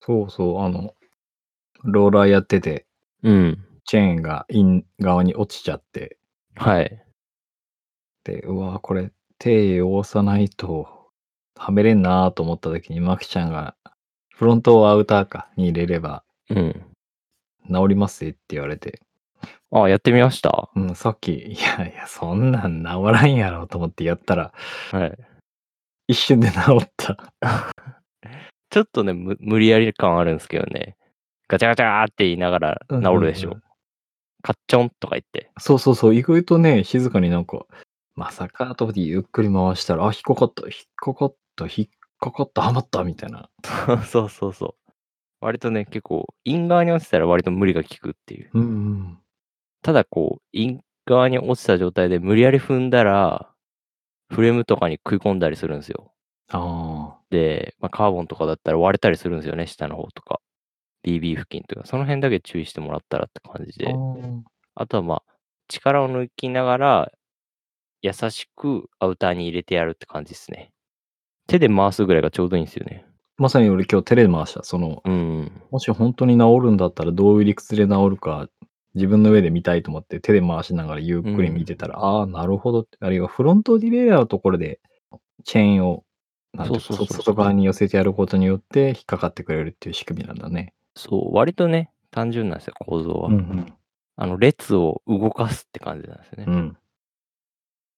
そうそう、あの、ローラーやってて、うん。チェーンがイン側に落ちちゃって。はい。で、うわ、これ、手汚さないと、はめれんなと思った時に、マキちゃんが、フロントをアウターか、に入れればうん。治りますって言われて。ああ、やってみました？うん、さっき、いやいや、そんなん治らんやろと思ってやったらはい。一瞬で治った。ちょっとね、む無理やり感あるんすけどね。ガチャガチャって言いながらうん治うるんでうしょ。ん。カッチョンとか言って。 そうそうそう、意外とね、静かになんか、まさかと思ってゆっくり回したら、あ、引っかかった、引っかかった、引っかかった、はまったみたいな。そうそうそうそう。割とね、結構、イン側に落ちたら割と無理が利くっていう。うんうん。ただこう、イン側に落ちた状態で無理やり踏んだら、フレームとかに食い込んだりするんすよ。ああ。で、ま、カーボンとかだったら割れたりするんすよね、下の方とか。BB 付近とか、その辺だけ注意してもらったらって感じあで。あ。あとは、ま、力を抜きながら、優しくアウターに入れてやるって感じっすね。手で回すぐらいがちょうどいいんすよね。まさに俺今日手で回した。その、うん。もしほんとに治るんだったらどういう理屈で治るか、自分の上で見たいと思って手で回しながらゆっうくり見ん。てたら、ああ、なるほどって、あるいはフロントディレイヤーのところで、チェーンを、なんそていううか、そそうそう外そう。側に寄せてやることによって、引っかかってくれるっていう仕組みなんだね。そう、割とね、単純なんすよ、構造うんは。うん。あの、列を動かすって感じなんすようね。ん。い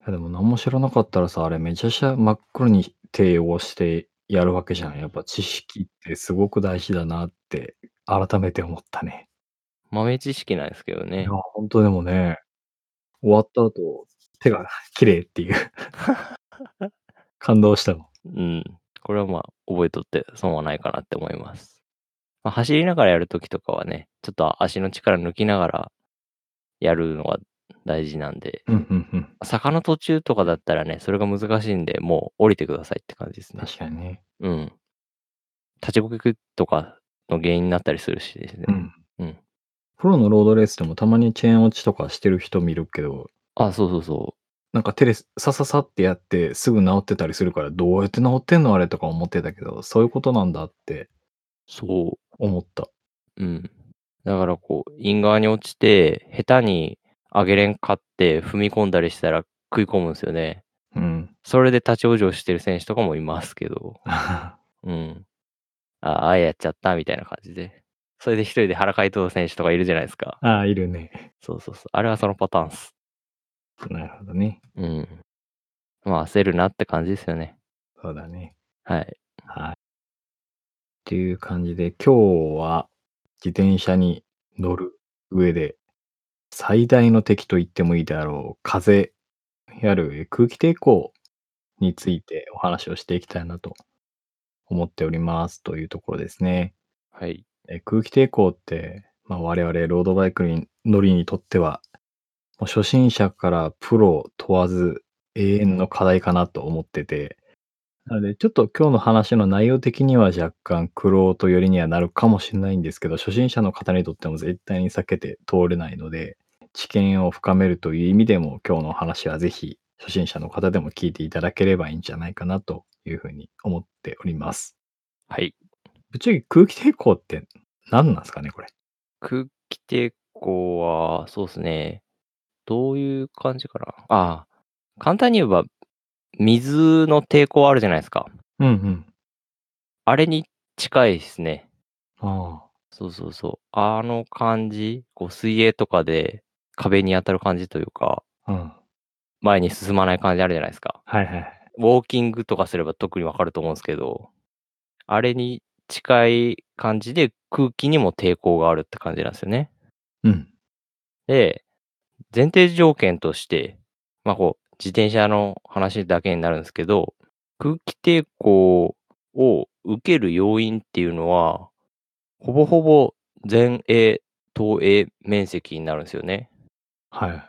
や、でもなんも知らなかったらさ、あれめちゃくちゃ真っ黒に手汚してやるわけじゃん。やっぱ知識ってすごく大事だなって改めて思ったね。豆知識なんすけどいや、ね。ほんとでもね、終わった後、手が綺麗っていう。感動したもん。うん、これは、ま、覚えとって損はないかなって思います。ま、走りながらやる時とかはね、ちょっと足の力抜きながらやるのが大事なんで。うん、ふんふん。坂の途中とかだったらね、それが難しいんで、もう降りてくださいって感じですね。確かにね。うん。立ちこけくとかの原因になったりするしですうね。ん。うん。プロのロードレースでもたまにチェーン落ちとかしてる人見るけどあ、そうそうそう。なんか手でさささってやってすぐ治ってたりするから、どうやって治ってんのあれとか思ってたけど、そういうことなんだってそう。思った。うん。だからこう、イン側に落ちて、下手に上げれんかって踏み込んだりしたら食い込むんすよね。うん。 それで立ち往生してる選手とかもいますけど。うん。ああ、やっちゃったみたいな感じで。それで1人で腹かいとう選手とかいるじゃないすか。ああ、いるね。そうそうそう、あれはそのパターンっす。なるほどね。うん。ま、焦るなって感じですよね。そうだね。はい。はい。っていう感じで、今日は自転車に乗る上で、最大の敵と言ってもいいであろう、風である空気抵抗についてお話をしていきたいなと思っておりますというところですね。はい。え、空気抵抗って、ま、我々ロードバイクに乗りにとっては、もう初心者からプロ問わず永遠の課題かなと思ってて、なのでちょっと今日の話の内容的には若干玄人寄りにはなるかもしんないんですけど、初心者の方にとっても絶対に避けて通れないので、知見を深めるという意味でも、今日のお話はぜひ初心者の方でも聞いていただければいいんじゃないかなという風に思っております。はい。ぶっちゃけ空気抵抗って何なんすかね、これ。空気抵抗は、そうっすね。どういう感じかな。ああ、簡単に言えば、水の抵抗あるじゃないすか。うんうん。あれに近いすね。ああ。そうそうそう。あの感じ、こう水泳とかで壁に当たる感じというかうん。前に進まない感じあるじゃないすか。はいはいはい。ウォーキングとかすれば特に分かると思うんすけど、あれに近い感じで、空気にも抵抗があるって感じなんすよね。うん。で、前提条件として、ま、こう、自転車の話だけになるんすけど、空気抵抗を受ける要因っていうのは、ほぼほぼ全英、東英面積になるんすよね。はい。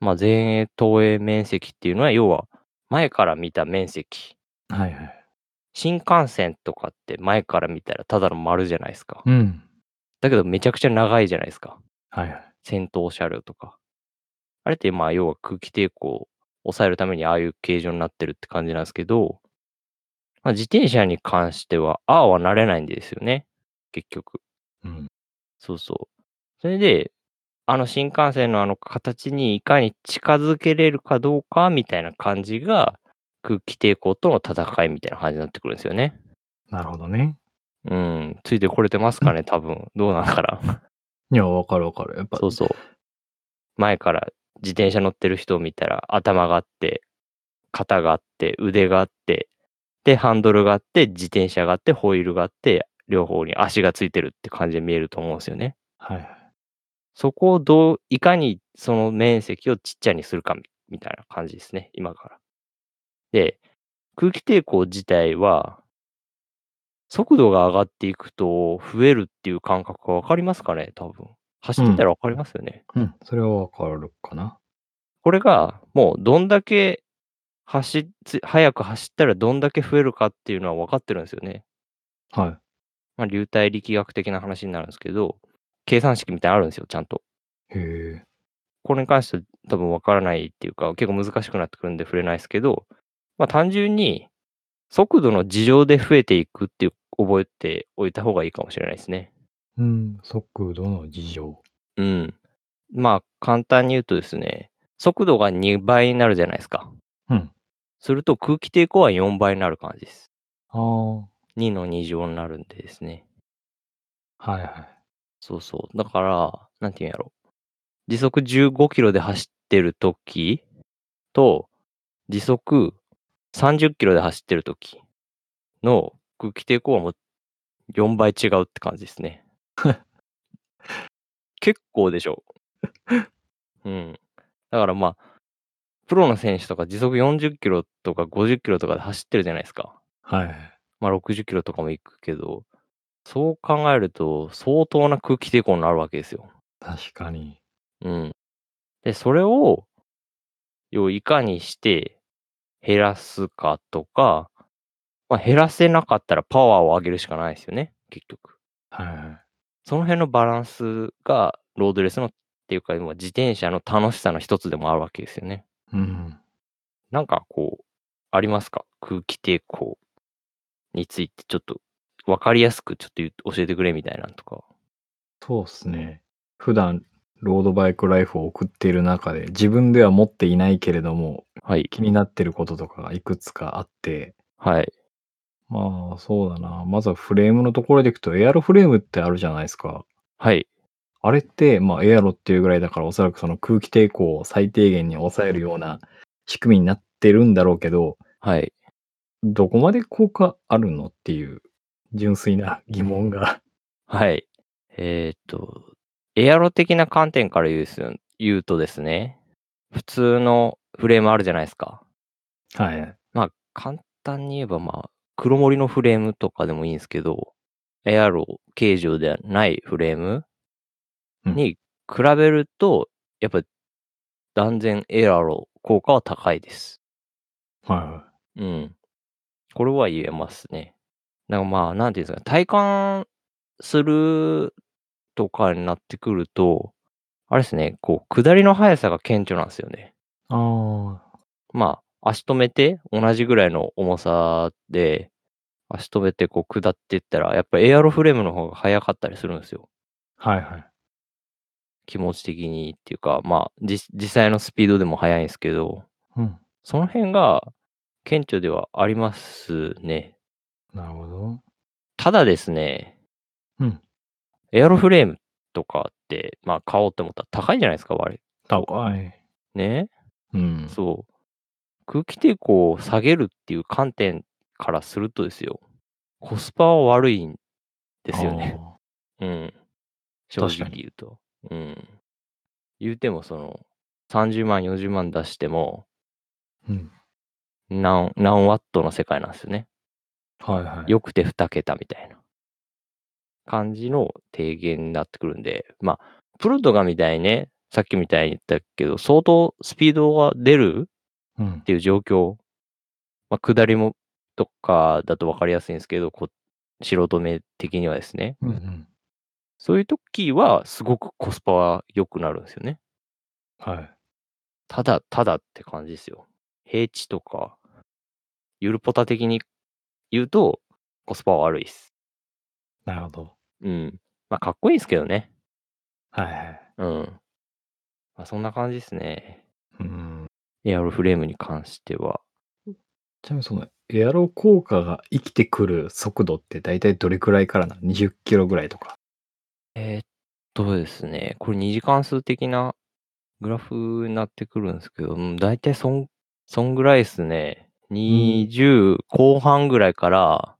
ま、全英、東英面積っていうのは、要は前から見た面積。はいはい。新幹線とかって前から見たらただの丸じゃないすか。うん。だけどめちゃくちゃ長いじゃないすか。はいはい。先頭車両とか。あれって、ま、要は空気抵抗を抑えるためにああいう形状になってるって感じなんすけど、ま、自転車に関しては、ああはなれないんですよね。結局。うん。そうそう。それで、あの新幹線のあの形にいかに近づけれるかどうかみたいな感じが、空気抵抗との戦いみたいな感じになってくるんですよね。なるほどね。うん、ついてこれてますうかん。ね、多分。どうなんかな。いや、分かる分かる。やっぱそうそう。前から自転車乗ってる人を見たら、頭があって、肩があって、腕があって、で、ハンドルがあって、自転車があって、ホイールがあって、両方に足がついてるって感じで見えると思うんすよね。はいはい。そこをどういかにその面積をちっちゃにするかみみたいな感じですね、今から。で、空気抵抗自体は速度が上がっていくと増えるっていう感覚は分かりますかね？多分。走うってたん。ら分かりますよね？うん、それは分かるかな。これが、もうどんだけ走っつ速く走ったらどんだけ増えるかっていうのは分かってるんすよね。はい。ま、流体力学的な話になるんすけど、計算式みたいのあるんすよ、ちゃんと。へえ。これに関しては多分分からないっていうか、結構難しくなってくるんで触れないすけど、ま、単純に速度の事情で増えていくっていう覚えておいた方がいいかもしれないすね。うん、速度の事情。うん。まあ、簡単に言うとですね、速度が2倍になるじゃないすか。うん。すると空気抵抗は4倍になる感じです。ああ。 2の2乗になるんでですね。はいはい。そうそう。だから、何て言うんやろ。時速15キロで走ってる時と、時速30キロで走ってる時の空気抵抗はもう4倍違うって感じですね。 結構でしょ。 うん。だから、ま、プロの選手とか時速40キロとか50キロとかで走ってるじゃないすか。はい。ま、60キロとかも行くけど、そう考えると相当な空気抵抗になるわけですよ。確かに。うん。で、それををいかにして減らすかとか、ま、減らせなかったらパワーを上げるしかないすよね、結局。はいはい。その辺のバランスがロードレースのっていうか、今自転車の楽しさの一つでもあるわけですよね。うん。なんかこう、ありますか？空気抵抗についてちょっと分かりやすくちょっとゆ教えてくれみたいなんとか。そうっすね。普段ロードバイクライフを送っている中で、自分では持っていないけれども、はい。気になってることとかがいくつかあってはい。まあ、そうだな。まずはフレームのところでいくと、エアロフレームってあるじゃないすか。はい。あれって、ま、エアロっていうぐらいだから、おそらくその空気抵抗を最低限に抑えるような仕組みになってるんだろうけどはい。どこまで効果あるのっていう、純粋な疑問が。 はい。えっと、エアロ的な観点から言うすよ言うとですね、普通のフレームあるじゃないすか。はい。ま、簡単に言えば、ま、黒森のフレームとかでもいいんすけど、エアロ軽乗ではないフレームうん。に比べると、やっぱ断然エアロ効果は高いです。はいはい。うん。これは言えますね。だか、まあ、何て言うんすか、体感するとかになってくると、あれすね、こう下りの速さが顕著なんすよね。ああ。まあ、足止めて同じぐらいの重さで、足止めてこう下ってったら、やっぱエアロフレームの方が速かったりするんすよ。はいはい。気持ち的にっていうか、まあ、じ実際のスピードでも速いんすけど、うん。その辺が顕著ではありますね。なるほど。ただですねうん。エアロフレームとかって、ま、買おうと思ったら高いじゃないすか、割と。高い。ね。うん。そう。空気抵抗を下げるっていう観点からするとですよ、コスパは悪いんですよね。ああ。うん。確正直かに。言うと。うん。言うてもその30万、40万出してもうん。なん何ワットの世界なんすよね。はいはい。良くて2桁みたいな。感じの提言になってくるんで、ま、プロとかみたいにね、さっきみたいに言ったけど、相当スピードが出るうっん。ていう状況、ま、下りもとかだと分かりやすいんすけど、こ素人目的にはですね。うんうん。そういう時はすごくコスパは良くなるんすよね。はい。ただただって感じすよ。平地とか、ゆるポタ的に言うと、コスパは悪いす。なるほど。うん。ま、かっこいいんすけどね。はいはい。うん。ま、そんな感じですね。うーん。エアロフレームに関しては。ちなみにそのエアロ効果が生きてくる速度ってだいたいどれくらいからな20キロぐらいとか。えっとですね、これ2次関数的なグラフなってくるんすけど、うん、だいたいそんそんぐらいすね。うん。 20後半ぐらいから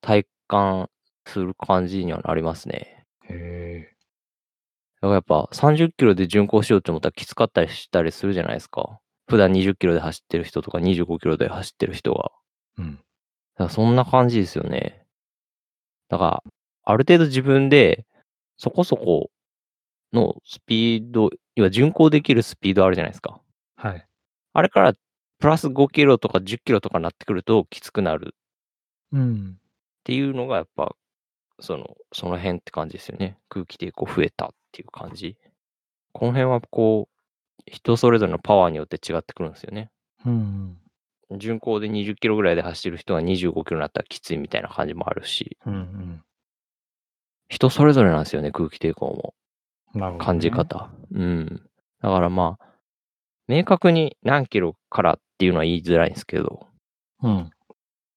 体感する感じにはなりますね。へえ。だからやっぱ30キロで巡航しようと思ったらきつかったりしたりするじゃないですか。普段20キロで走ってる人とか25キロで走ってる人が。うん。だ、そんな感じですよね。だから、ある程度自分でそこそこのスピード、要は巡航できるスピードあるじゃないですか。はい。あれからプラス5キロとか10キロとかなってくるときつくなる。うん。っていうのがやっぱ、そのその辺って感じですよね。空気抵抗増えたっていう感じ。この辺はこう、人それぞれのパワーによって違ってくるんすよね。うんうん。巡航で20キロぐらいで走る人が25キロになったらきついみたいな感じもあるし。うんうん。人それぞれなんすよね、空気抵抗も。なるほど感じね。方。うん。だからまあ、明確に何キロからっていうのは言いづらいんすけど。うん。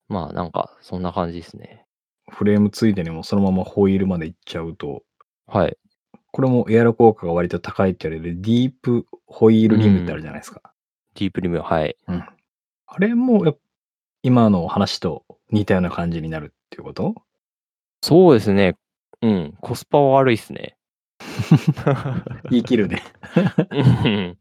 まあ、なんかそんな感じですね。フレームついでにもうそのままホイールまで行っちゃうとはい。これもエアロ効果が割と高いって言われるディープホイーうルリムってあるん。じゃないすか。ディープリム、はい。うん。あれもや今の話と似たような感じになるっていうこと？そうですね。うん、コスパは悪いっすね。 言い切るね。うん。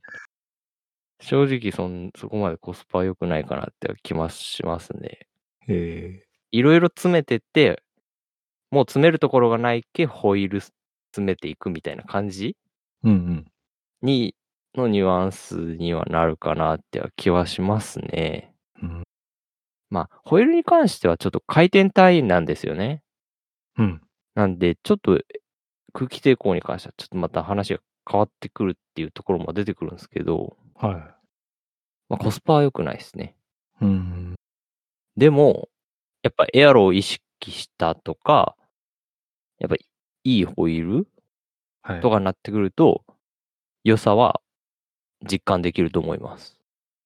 正直そんそこまでコスパ良くないかなって気はしますね。 へえ。いろいろ詰めてって、もう詰めるところがないけ、ホイール詰めていくみたいな感じ？うんうん。にのニュアンスにはなるかなっては気はしますね。うん。ま、ホイールに関してはちょっと回転単位なんですよね。うん。なんで、ちょっと、え、空気抵抗に関してはちょっとまた話が変わってくるっていうところも出てくるんすけど。はい。ま、コスパは良くないすね。うん。でも、やっぱエアロを意識したとかやっぱいいホイールはとい。かなってくると、良さは実感できると思います。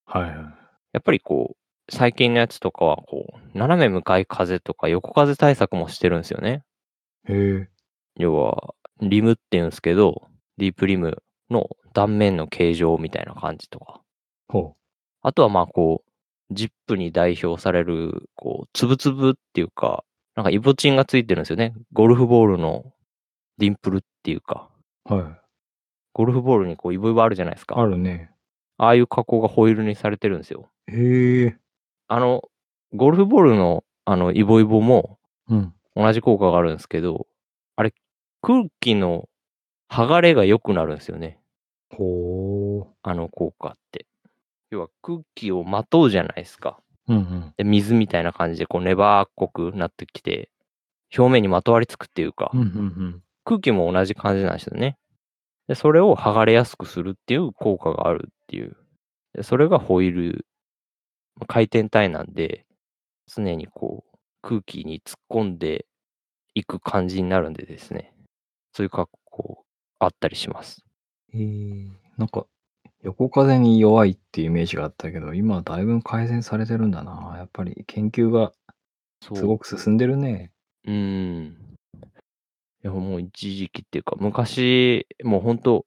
はいはい。やっぱりこう、最近のやつとかはこう、斜め向かい風とか横風対策もしてるんすよね。へえ。要は、リムって言うんすけど、ディープリムの断面の形状みたいな感じとか。ほう。あとはまあ、こう、ジップに代表される、こう、つぶつぶっていうか、なんかイボチンがついてるんすよね。ゴルフボールのディンプルっていうか。はい。ゴルフボールにこうイボイボあるじゃないすあか。るね。ああいう加工がホイールにされてるんすよ。へえ。あの、ゴルフボールの、あの、イボイボもうん。同じ効果があるんすけど、あれ、空気の剥がれが良くなるんすよね。ほう。あの効果って。要は空気をまとうじゃないすか。うんうん。で、水みたいな感じでこう粘っこくなってきて、表面にまとわりつくっていううか、んうんうん。空気も同じ感じなんすよね。で、それを剥がれやすくするっていう効果があるっていう。で、それがホイール、ま、回転体なんで、常にこう、空気に突っ込んでいく感じになるんでですね。そういうかこう、あったりします。へえ、なんか、横風に弱いっていうイメージがあったけど、今はだいぶん改善されてるんだな。やっぱり研究がすそごう。く進んでるね。うーん。いや、もう一時期っていうか、昔、もうほんと、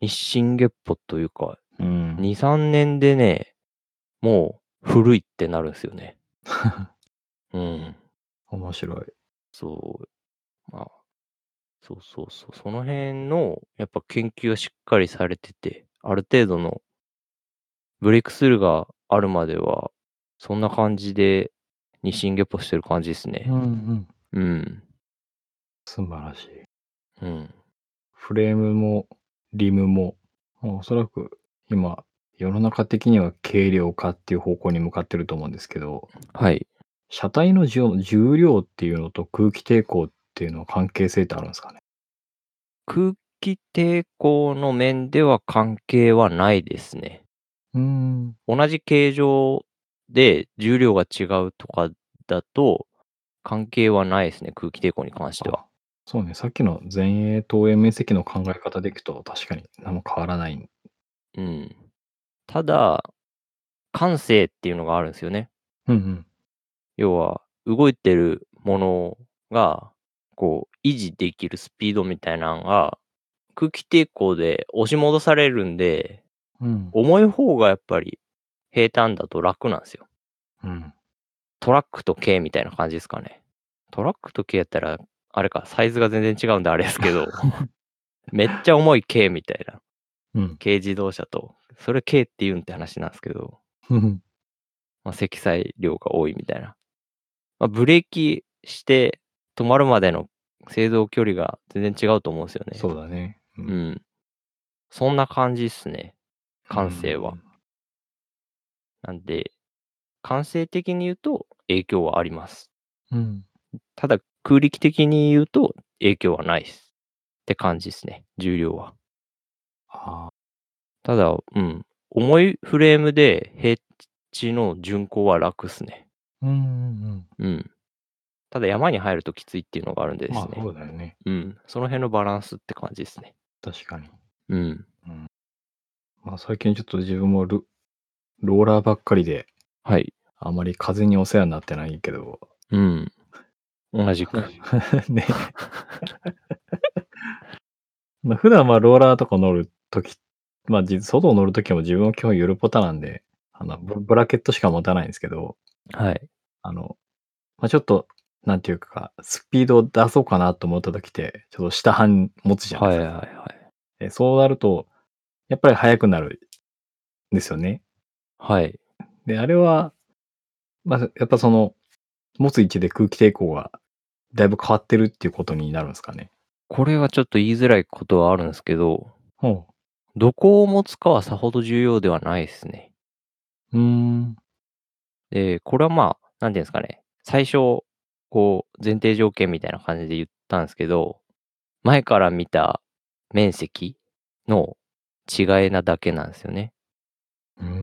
日進月歩というか、うん。 2、3年でね、もう古いってなるんすよ ね。うん。面白い。そう。まあ、そうそうそう。その辺のやっぱ研究はしっかりされてて、ある程度のブレイクスルーがあるまでは、そんな感じで日進月歩してる感じですうね。んうん。うん。素晴らしい。うん。フレームもリムも、ま、おそらく今、世の中的には軽量化っていう方向に向かってると思うんですけどはい。車体のじょう重量っていうのと空気抵抗っていうのは関係性ってあるんすかね？空気抵抗の面では関係はないですね。うーん。同じ形状で重量が違うとかだと、関係はないすね、空気抵抗に関してあ、は。そうね、さっきの全英投影面積の考え方でいくと、確かに何も変わらない。うん。ただ、感性っていうのがあるんすよね。うんうん。要は、動いてるものが、こう、維持できるスピードみたいなんが、空気抵抗で押し戻されるんで、うん。重い方がやっぱり平坦だと楽なんすよ。うん。トラックと軽みたいな感じですかね。トラックと軽やったら、あれか、サイズが全然違うんであれで すけど、めっちゃ重い軽みたいな。うん。軽自動車と、それ軽って言うんって話なんすけど。ふふん。ま、積載量が多いみたいな。ま、ブレーキして、止まるまでの制動距離が全然違うと思うんすよ ね。そうだね。う。うんん。そんな感じっすね、うー感性は。ん。なんで、感性的に言うと影響はあります。うん。ただ、空力的に言うと影響はないすって感じすね、重量は。ああ。ただ、うん、重いフレームで平地の巡航は楽っすね。うんうんうん。うん。ただ山に入るときついっていうのがあるんででますあ、そね。うだよね。うん、その辺のバランスって感じですね。確かに。うん。うん。ま、最近ちょっと自分もルローラーばっかりではい。あまり風にお世話になってないけど。うん。同じく。 ね。ま、普段はローラーとか乗る時、ま、じ外を乗る時も自分は基本ゆるポタなんで、あの、ブブラケットしか持たないんですけど。はい。あの、ま、ちょっと、なんていうか、スピードを出そうかなと思った時って、ちょっと下半持つじゃないはすいか。はいはい。え、そうなると、やっぱり速くなるんですよね。はい。で、あれは、まず、やっぱその、持つ位置で空気抵抗がだいぶ変わってるっていうことになるんすかね？これはちょっと言いづらいことはあるんすけどほう。どこを持つかはさほど重要ではないすね。うーん。で、これは、まあ、なんていうんすかね、最初、こう、前提条件みたいな感じで言ったんすけど、前から見た面積の違いなだけなんすよね。うん。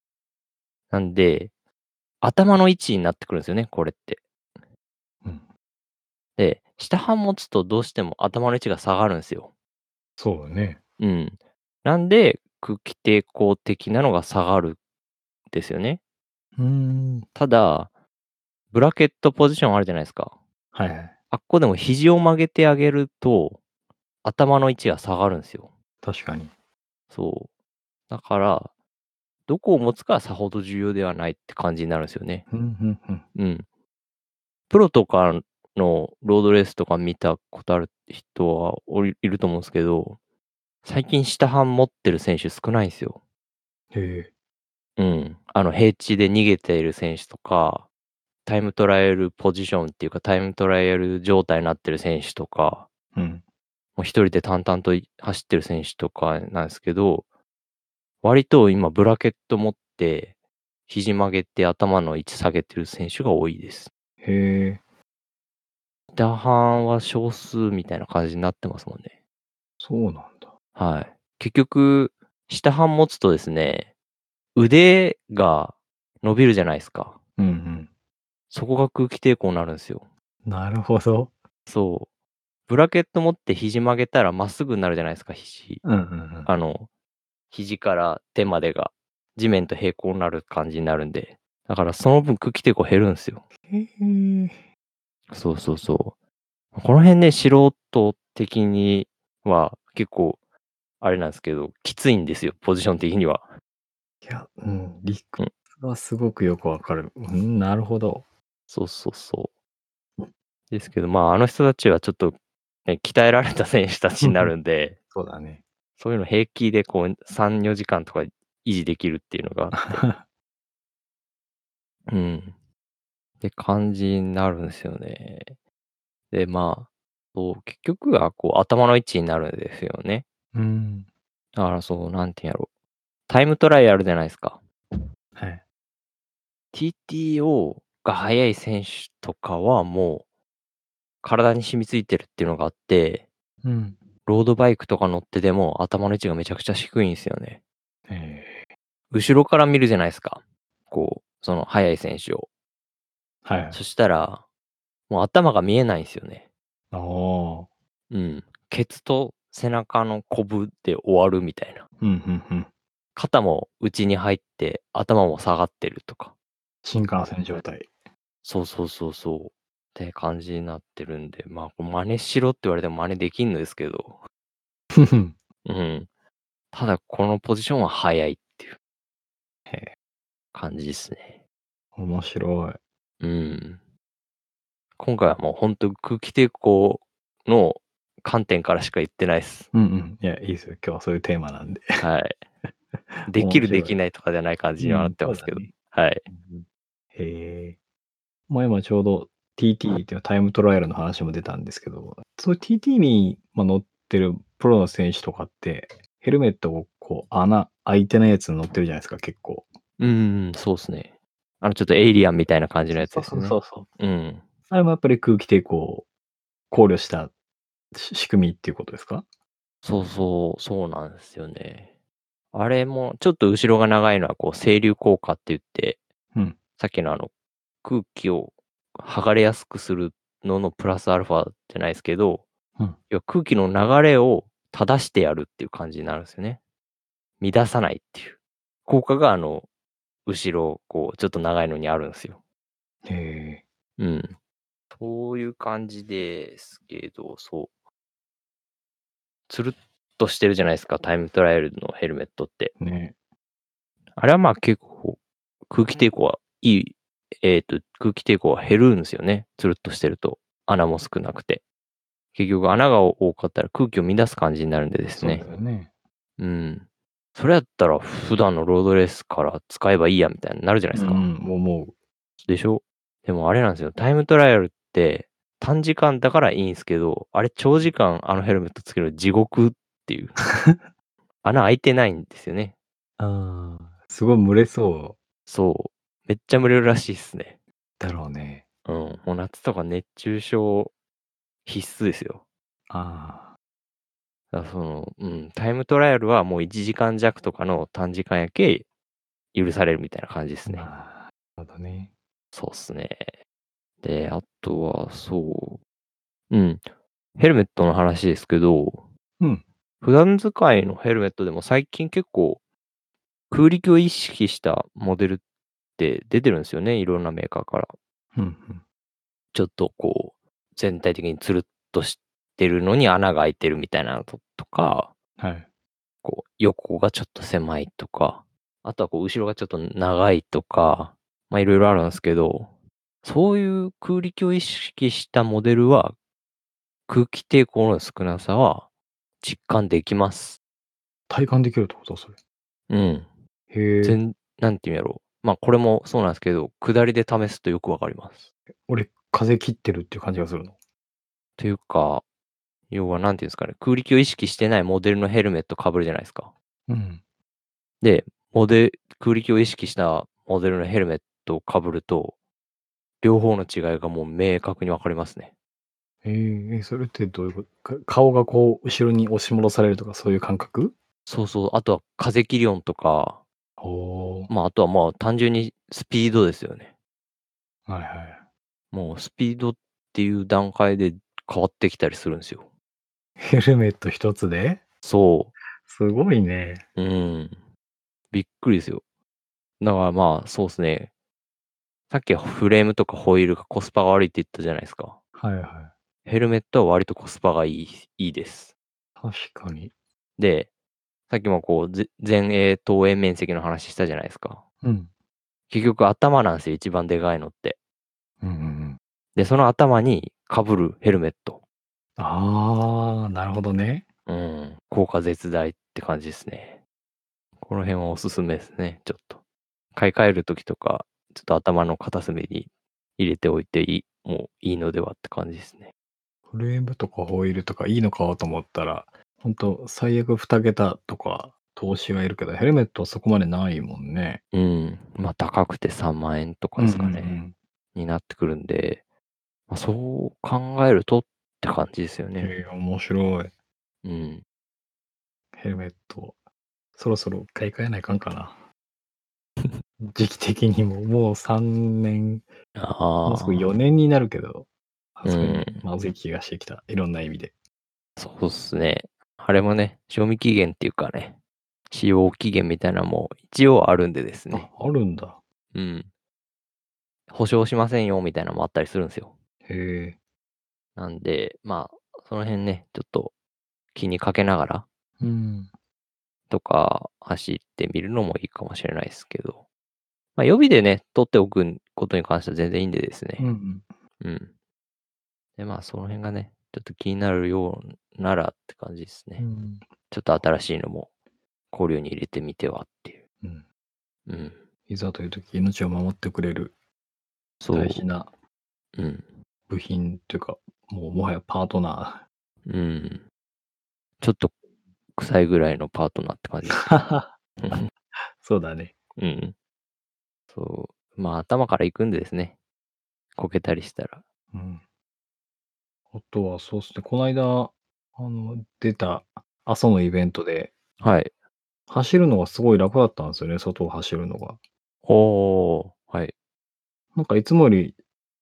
なんで、頭の位置になってくるんすよね、これって。うん。で、下半持つとどうしても頭の位置が下がるんすよ。そうだね。うん。なんで、空気抵抗的なのが下がるですよね。うーん。ただ、ブラケットポジションあるじゃないすか。はいはい。あっこでも肘を曲げてあげると、頭の位置が下がるんすよ。確かに。そう。だから、どこを持つかはさほど重要ではないって感じになるんすよね。ふんふんふん。うん。プロとかのロードレースとか見たことある人はおいいると思うんすけど、最近下半持ってる選手少ないんすよ。へえ。うん。あの、平地で逃げている選手とか、タイムトライアルポジションっていうか、タイムトライアル状態になってる選手とかうん。もう1人で淡々とい走ってる選手とかなんすけど、割と今ブラケット持って、肘曲げて頭の位置下げてる選手が多いです。へえ。下半は少数みたいな感じになってますもんね。そうなんだ。はい。結局、下半持つとですね、腕が伸びるじゃないすか。うんうん。そこが空気抵抗になるんすよ。なるほど。そう。ブラケット持って肘曲げたらまっすぐになるじゃないすか、肘。うんうんうん。あの、肘から手までが地面と平行になる感じになるんで、だからその分空気抵抗減るんすよ。へえ。そうそうそう。この辺ね、素人的には結構あれなんすけど、きついんですよ、ポジション的には。いや、うん、理う屈ん。はすごくよくわかる。うん、なるほど。そうそうそう。ですけど、まあ、あの人たちはちょっと、ね、鍛えられた選手たちうにんなうん。るんでそうだね。そういうの平気でこう3、4時間とか維持できるっていうのがあって。うん。って感じになるんすよね。で、まあ、そう、結局はこう頭の位置になるんですよね。 うん。だからそう、なんて言うんやろ、タイムトライアルじゃないすか。はい。 TTO が速い選手とかはもう体に染み付いてるっていうのがあって、うん。ロードバイクとか乗ってても頭の位置がめちゃくちゃ低いんすよね。ええ。後ろから見るじゃないすか。こう、その速い選手を。はい。そしたら、もう頭が見えないんすよね。ああ。うん。ケツと背中のこぶで終わるみたいな。うんうんうん。肩も内に入って、頭も下がってるとか。新幹線状態。そうそうそうそう。って感じになってるんで、まあ、こう真似しろって言われても真似できんのですけど。ふふん。うん。ただ、このポジションは速いっていうへえ。感じですね。面白い。うん。今回はもうほんと空気抵抗の観点からしか言ってないっす。うんうん。いや、いいですよ。今日はそういうテーマなんで。はい。 で面きるで白きい。ないとかじゃない感じにう、はなんってそまうすだけど。ね。はい。うんうん。へえ。ま、今ちょうど TT っていうタイムトライアルの話も出たんですけど、そういう TT に、ま、乗ってるプロの選手とかって、ヘルメットをこう穴開いてないやつに乗ってるじゃないですか、結構。うんうんうん、そうっすね。あのちょっとエイリアンみたいな感じのそうやつそでうすそようそね。うそう。うん。あれもやっぱり空気抵抗を考慮した、し仕組みっていうことですか？そうそう、そうなんですよね。あれもちょっと後ろが長いのはこう整流効果って言って、うん。さっきのあの、空気を剥がれやすくするののプラスアルファじゃないですけど、うん。要は空気の流れを正してやるっていう感じになるんすよね。乱さないっていう。効果があの、後ろ、こうちょっと長いのにあるんすよ。へえ。うん。そういう感じですけど、そう。つるっとしてるじゃないですか、タイムトライアルのヘルメットって。ね。あれはまあ結構、空気抵抗はいいえっと、空気抵抗は減るんすよね、つるっとしてると。穴も少なくて。結局穴が多かったら空気を乱す感じになるんでですそうでね。すよね。うん。それやったら普段のロードレースから使えばいいやみたいになるじゃないうすんか。うん、思う。でしょ？でもあれなんすよ、タイムトライアルって短時間だからいいんすけど、あれ長時間あのヘルメットつける地獄っていう。穴開いてないんですよね。ああ、すごい蒸れそう。そう、めっちゃ蒸れるらしいっすね。だろうね。うん、もう夏とか熱中症必須ですよ。ああ。だ、その、うん、タイムトライアルはもう1時間弱とかの短時間やけ、許されるみたいな感じですね。まあ、なるほどね。そうっすね。で、あとはそう、うん、ヘルメットの話ですけど、うん。普段使いのヘルメットでも最近結構、空力を意識したモデルって出てるんすよね、いろんなメーカーから。ふんふん。ちょっとこう、全体的につるっとしてるのに穴が開いてるみたいなのととかはい。こう、横がちょっと狭いとか、あとはこう後ろがちょっと長いとか、ま、色々あるんすけど、そういう空力を意識したモデルは、空気抵抗の少なさは実感できます。体感できるってこと？それ。うん。へぜえ。ん何て言うんやろう、ま、これもそうなんすけど、下りで試すとよくわかります。俺、風切ってるっていう感じがするの？ていうか、要は何て言うんすかね、空力を意識してないモデルのヘルメットかぶるじゃないすか。うん。で、モデ空力を意識したモデルのヘルメットをかぶると、両方の違いがもう明確に分かりますね。ええ、え、それってどういうこと？か顔がこう後ろに押し戻されるとかそういう感覚？そうそう、あとは風切り音とかほお。ま、あとはまあ、単純にスピードですよね。はいはい。もうスピードっていう段階で変わってきたりするんすよ。ヘルメット1つで？そう。すごいね。うーん。びっくりですよ。だからまあ、そうっすね。さっきフレームとかホイールがコスパが悪いって言ったじゃないすか。はいはい。ヘルメットは割とコスパがいいいいです。確かに。で、さっきもこう、ぜ全英投影面積の話したじゃないすか。うん。結局頭なんすよ、一番でかいのって。うんうんうん。で、その頭にかぶるヘルメット。ああ、なるほどね。うーん、効果絶大って感じですね。この辺はおすすめですね、ちょっと。買い替える時とか、ちょっと頭の片隅に入れておいていいもういいのではって感じですね。フレームとかホイールとかいいの買おうと思ったら、ほんと最悪2桁とか投資はいるけど、ヘルメットはそこまでないもんね。うーん、ま、高くて3万円とかうんでうんすかうね、ん。になってくるんで、ま、そう考えるとって感じですよね。へえ、面白い。うん。ヘルメット、そろそろ買い替えないかんかな。時期的にも、もう3年、もうすぐよああ。ねんになるけど、うさすがにん。まずい気がしてきた、いろんな意味で。そうっすね。あれもね、賞味期限っていうかね、使用期限みたいなのも一応あるんでですあね。、あるんだ。うん。保証しませんよみたいなのもあったりするんですよ。へえ。なんで、まあ、その辺ね、ちょっと気にかけながらうん。とか走ってみるのもいいかもしれないですけど。まあ、予備でね、取っておくことに関しては全然いいんでですね。うんうん。うん。で、まあ、その辺がね、ちょっと気になるようならって感じですね。うんちょっと新しいのも考慮に入れてみてはっていう。うん。うん。いざという時、命を守ってくれるそう。大事なうん。部品というか、もうもはやパートナうん。ちょっと臭いぐらいのパートナーって 感じですー。ね。 そうだね。うん。そう。まあ、頭から行くんでですね。こけたりしたら。うん。あとはそうですね、この間、あの、出た阿蘇のイベントで、はい。走るのがすごい楽だったんですよね、外を走るのが。おー。はい。なんかいつもより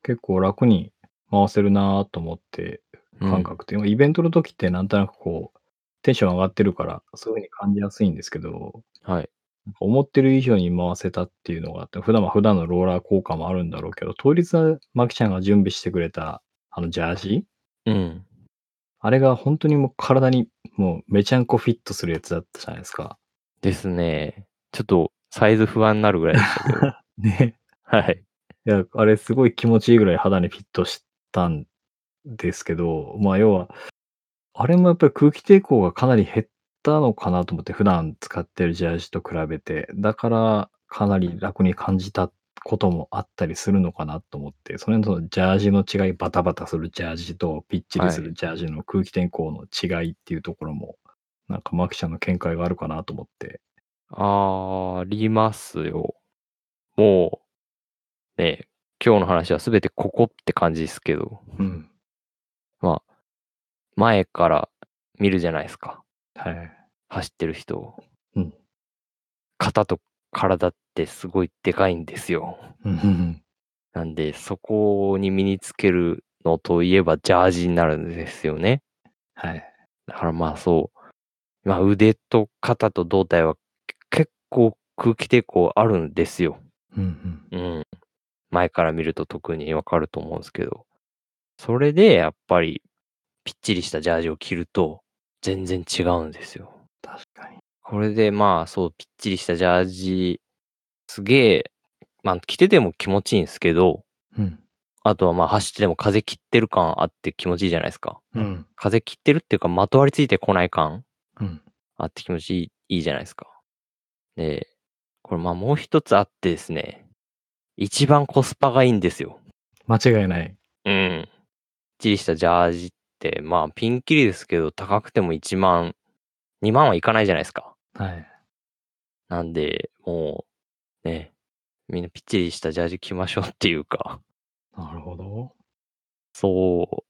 結構楽に回せるなぁと思って、うん感。覚って、まあイベントの時ってなんとなくこう、テンション上がってるから、そういう風に感じやすいんですけど、はい。なんか思ってる以上に回せたっていうのがあって、普段は普段のローラー効果もあるんだろうけど、当日、マキちゃんが準備してくれた、あの、ジャージうん。あれが本当にもう体にもうめちゃんこフィットするやつだったじゃないですか。ですね。ちょっとサイズ不安になるぐらいでした けど。ね。はい。いや、あれすごい気持ちいいぐらい肌にフィットしたんですけど、まあ要は、あれもやっぱり空気抵抗がかなり減ったのかなと思って、普段使ってるジャージと比べて、だからかなり楽に感じたこともあったりするのかなと思って、それとのジャージの違い、バタバタするジャージとピッチリするジャージの空気抵抗の違いっていうところも、なんかマキちゃんの見解があるかなと思って。ありますよ。もう、ね、今日の話はすべてここって感じですけど、うん。前から見るじゃないですか。はい。走ってる人を。うん肩と体ってすごいでかいんですよ。うん。なんで、そこに身につけるのといえばジャージになるんですよね。はい。だからまあそう。まあ腕と肩と胴体は結構空気抵抗あるんですよ。うんうん。うん。前から見ると特にわかると思うんですけど。それでやっぱりぴっちりしたジャージを着ると全然違うんですよ。確かに。これでまあそうぴっちりしたジャージすげえまあ着てても気持ちいいんですけどうん。あとはまあ走ってても風切ってる感あって気持ちいいじゃないですかうん。風切ってるっていうかまとわりついてこない感うん。あって気持ちいいいいじゃないですかでこれまあもう一つあってですね一番コスパがいいんですよ間違いない。うんぴっちりしたジャージってまあピンキリですけど高くても1万2万はいかないじゃないですかはい。なんで、もう、ね、みんなぴっちりしたジャージ着ましょうっていうか、なるほど。そ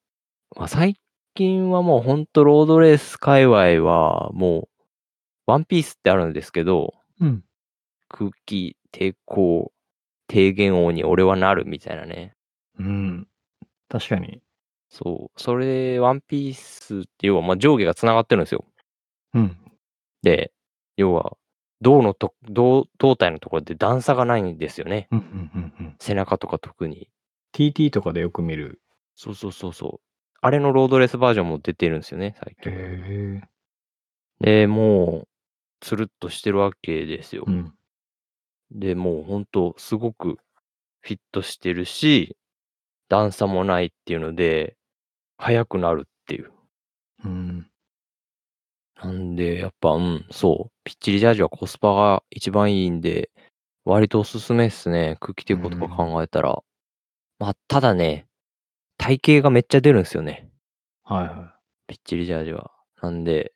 う、まあ、最近はもうほんとロードレース界隈は、もう、ワンピースってあるんですけど、うん。空気抵抗低減音に俺はなるみたいなね。うん。確かに。そう、それ、ワンピースって要は、まあ、上下がつながってるんですよ。うん。で、要は、胴のと、胴胴体のところで段差がないんですよね。うん。うん。うん。背中とか特に。 TT とかでよく見る。そうそうそうそう。あれのロードレースバージョンも出てるんですよね、最近。へえ。で、もう、つるっとしてるわけですよ。うん。で、もうほんと、すごくフィットしてるし、段差もないっていうので、速くなるっていう。うん。なんで、やっぱ、うん、そう。ピッチリジャージはコスパが一番いいんで、割とおすすめですね。空気抵抗とか考えたら。まあ、ただね、体型がめっちゃ出るんですよね。はいはピッチリジャージは。なんで、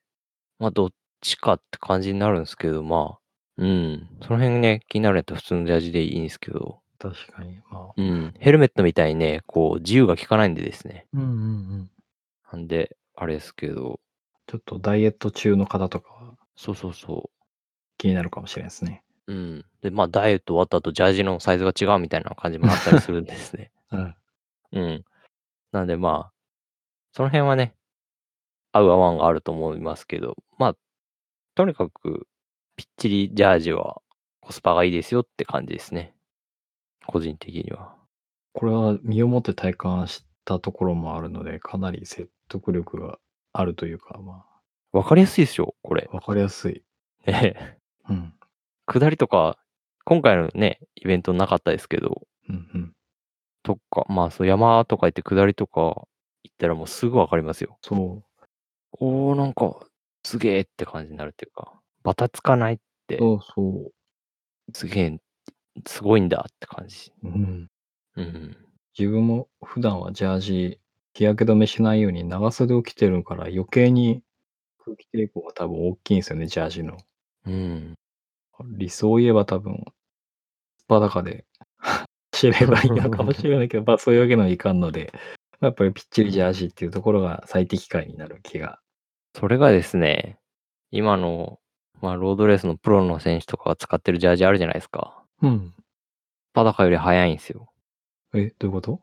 まあ、どっちかって感じになるんですけど、まあ、うん。その辺ね、気になるやったら普通のジャージでいいんですけど、い。確かに。まあ。うん。ヘルメットみたいにね、こう、自由が利かないんでですね。うんうんうん。なんで、あれですけど、ちょっとダイエット中の方とかはそうそうそ気になるかもしれないですね。う。うん。で、まあ、ダイエット終わった後、ジャージのサイズが違うみたいな感じもあったりするんですね。うん。うん。なんで、まあ、その辺はね、合う合わんがあると思いますけど、まあ、とにかく、ぴっちりジャージはコスパがいいですよって感じですね。個人的には。これは身をもって体感したところもあるので、かなり説得力があるというか、まわかりやすいですよ、これ。 あ、わかりやすい。ねうん。下りとか、今回のね、イベントなかったですけど、うんうん。とか、まあ、そう山とか行って下りとか行ったらもうすぐわかりますよ。そおー、なんか、すげえって感じになるっていうか、バタつかない、う。そうそすげえ、すごいんだって感じ。う。うん。うん。自分も普段はジャージ、日焼け止めしないように長袖を着てるから余計に空気抵抗が多分大きいんですよね、ジャージの。うん。理想を言えば多分、スパだかで走ればいいのかもしれないけ ど、まあそういうわけにはいかんので、まあやっぱりぴっちりジャージっていうところが最適解になる気が。それがですね、今の、まあ、ロードレースのプロの選手とかが使ってるジャージあるじゃないですか。うん。パダカより速いんですよ。え、どういうこと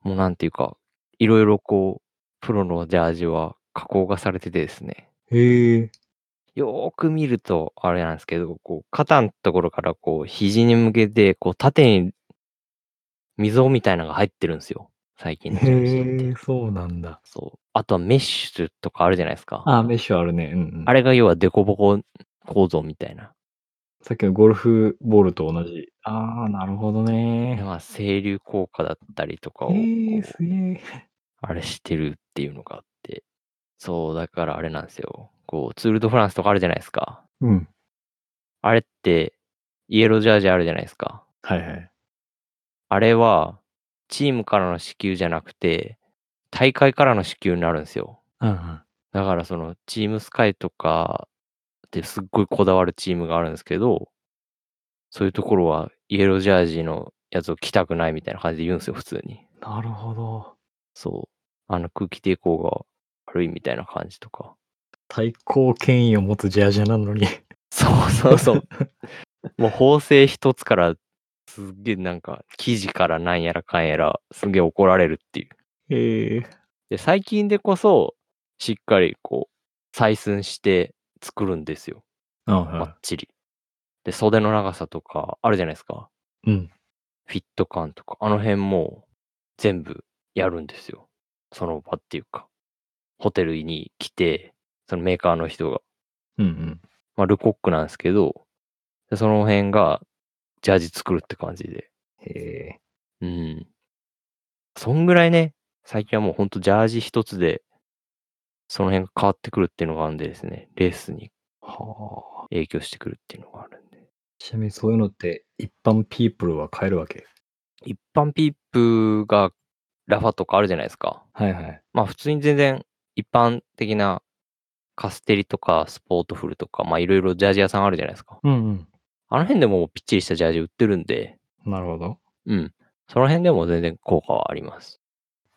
もうなんていうか、いろいろこう、プロのジャージは加工がされててですね。へえ。よーく見ると、あれなんですけど、こう、肩のところから、こう、肘に向けて、こう、縦に、溝みたいなのが入ってるんですよ。最近のジャージへっえて。、そうなんだ。そう。あとはメッシュとかあるじゃないですか。あ、メッシュあるね。うん、うん。あれが要はデコボコ構造みたいな。さっきのゴルフボールと同じ。ああ、なるほどね。まあ、清流効果だったりとかを、こへえ、うすげえ。あれしてるっていうのがあって。そう、だからあれなんですよ。こう、ツール・ド・フランスとかあるじゃないですか。うん。あれって、イエロージャージあるじゃないですか。はいはい。あれは、チームからの支給じゃなくて、大会からの支給になるんですよ。うんうん。だから、その、チームスカイとかってすっごいこだわるチームがあるんですけど、そういうところは、イエロージャージのやつを着たくないみたいな感じで言うんですよ、普通に。なるほど。そう。あの、空気抵抗が悪いみたいな感じとか。 対抗権威を持つジャージなのに。そうそうそう。もう、縫製一つから、すっげえなんか、生地からなんやらかんやら、すげえ怒られるっていう。へえ。で、最近でこそ、しっかりこう、採寸して作るんですよ。うんうばんっ。ちり。で、袖の長さとか、あるじゃないですか。うん。フィット感とか、あの辺も、全部やるんですよ。その場っていうか。ホテルに来て、そのメーカーの人が、うんうん。まあ、ルコックなんですけど、でその辺が、ジャージ作るって感じで。へえ。うん。そんぐらいね、最近はもうほんとジャージ一つで、その辺が変わってくるっていうのがあるんでですね、レースにはあ。影響してくるっていうのがあるんで。ちなみにそういうのって一般ピープルは買えるわけ一般ピープがラファとかあるじゃないですか。はいはい。まあ普通に全然一般的なカステリとかスポートフルとか、まあいろいろジャージ屋さんあるじゃないですか。うんあの辺でもうぴっちりしたジャージ売ってるんで、うん。なるほど。うん。その辺でも全然効果はあります。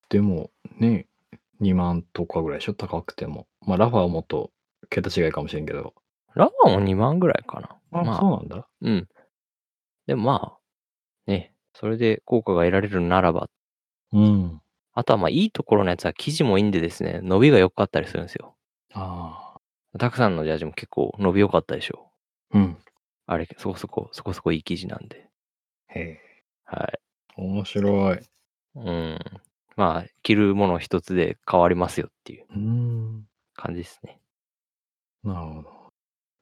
でもね、2万とかぐらいでしょ高くても。まあラファはもっと桁違いかもしれんけど。ラファも2万ぐらいかな。まあそうなんだ。うん。でもまあ、ね、それで効果が得られるならば、うん。あとはまあいいところのやつは生地もいいんでですね、伸びが良かったりするんですよ。ああ。たくさんのジャージも結構伸び良かったでしょ。うん。あれ、そこそこ、そこそこいい生地なんで。へえ。はい。面白い。うん。まあ、着るもの一つで変わりますよっていううん。感じですね。なるほど。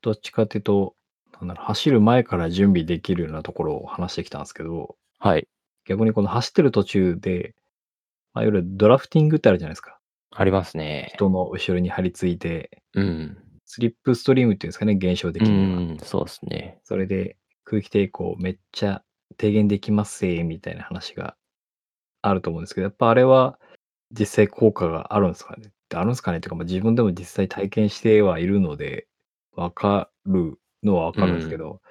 どっちかっていうと、なんだろう、走る前から準備できるようなところを話してきたんですけど、はい。逆にこの走ってる途中で、まあ、いわゆるドラフティングってあるじゃないですか。ありますね。人の後ろに張り付いて、うん。スリップストリームっていうんですかね、現象的うには。ん、そうですね。それで空気抵抗をめっちゃ低減できますせみたいな話があると思うんですけど、やっぱあれは実際効果があるんですかねあるんですかねっていうか、まあ、自分でも実際体験してはいるので、わかるのはわかるんですけど、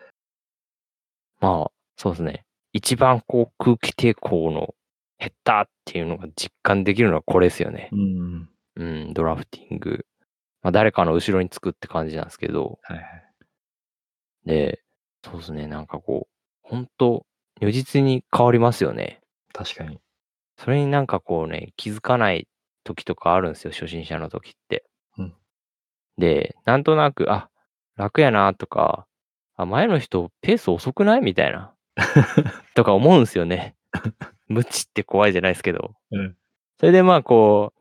まあ、そうですね。一番こう空気抵抗の減ったっていうのが実感できるのはこれですよね。うん。うん、ドラフティング。まあ、誰かの後ろにつくって感じなんですけど、はいはい。で、そうですね、なんかこう、本当如実に変わりますよね。確かに。それになんかこうね、気づかない時とかあるんすよ、初心者の時って。うん。で、なんとなく、あ、楽やなとか、あ、前の人ペース遅くない？みた いな。とか思うんすよね。 無知って怖いじゃないですけど。うん。それでまあ、こ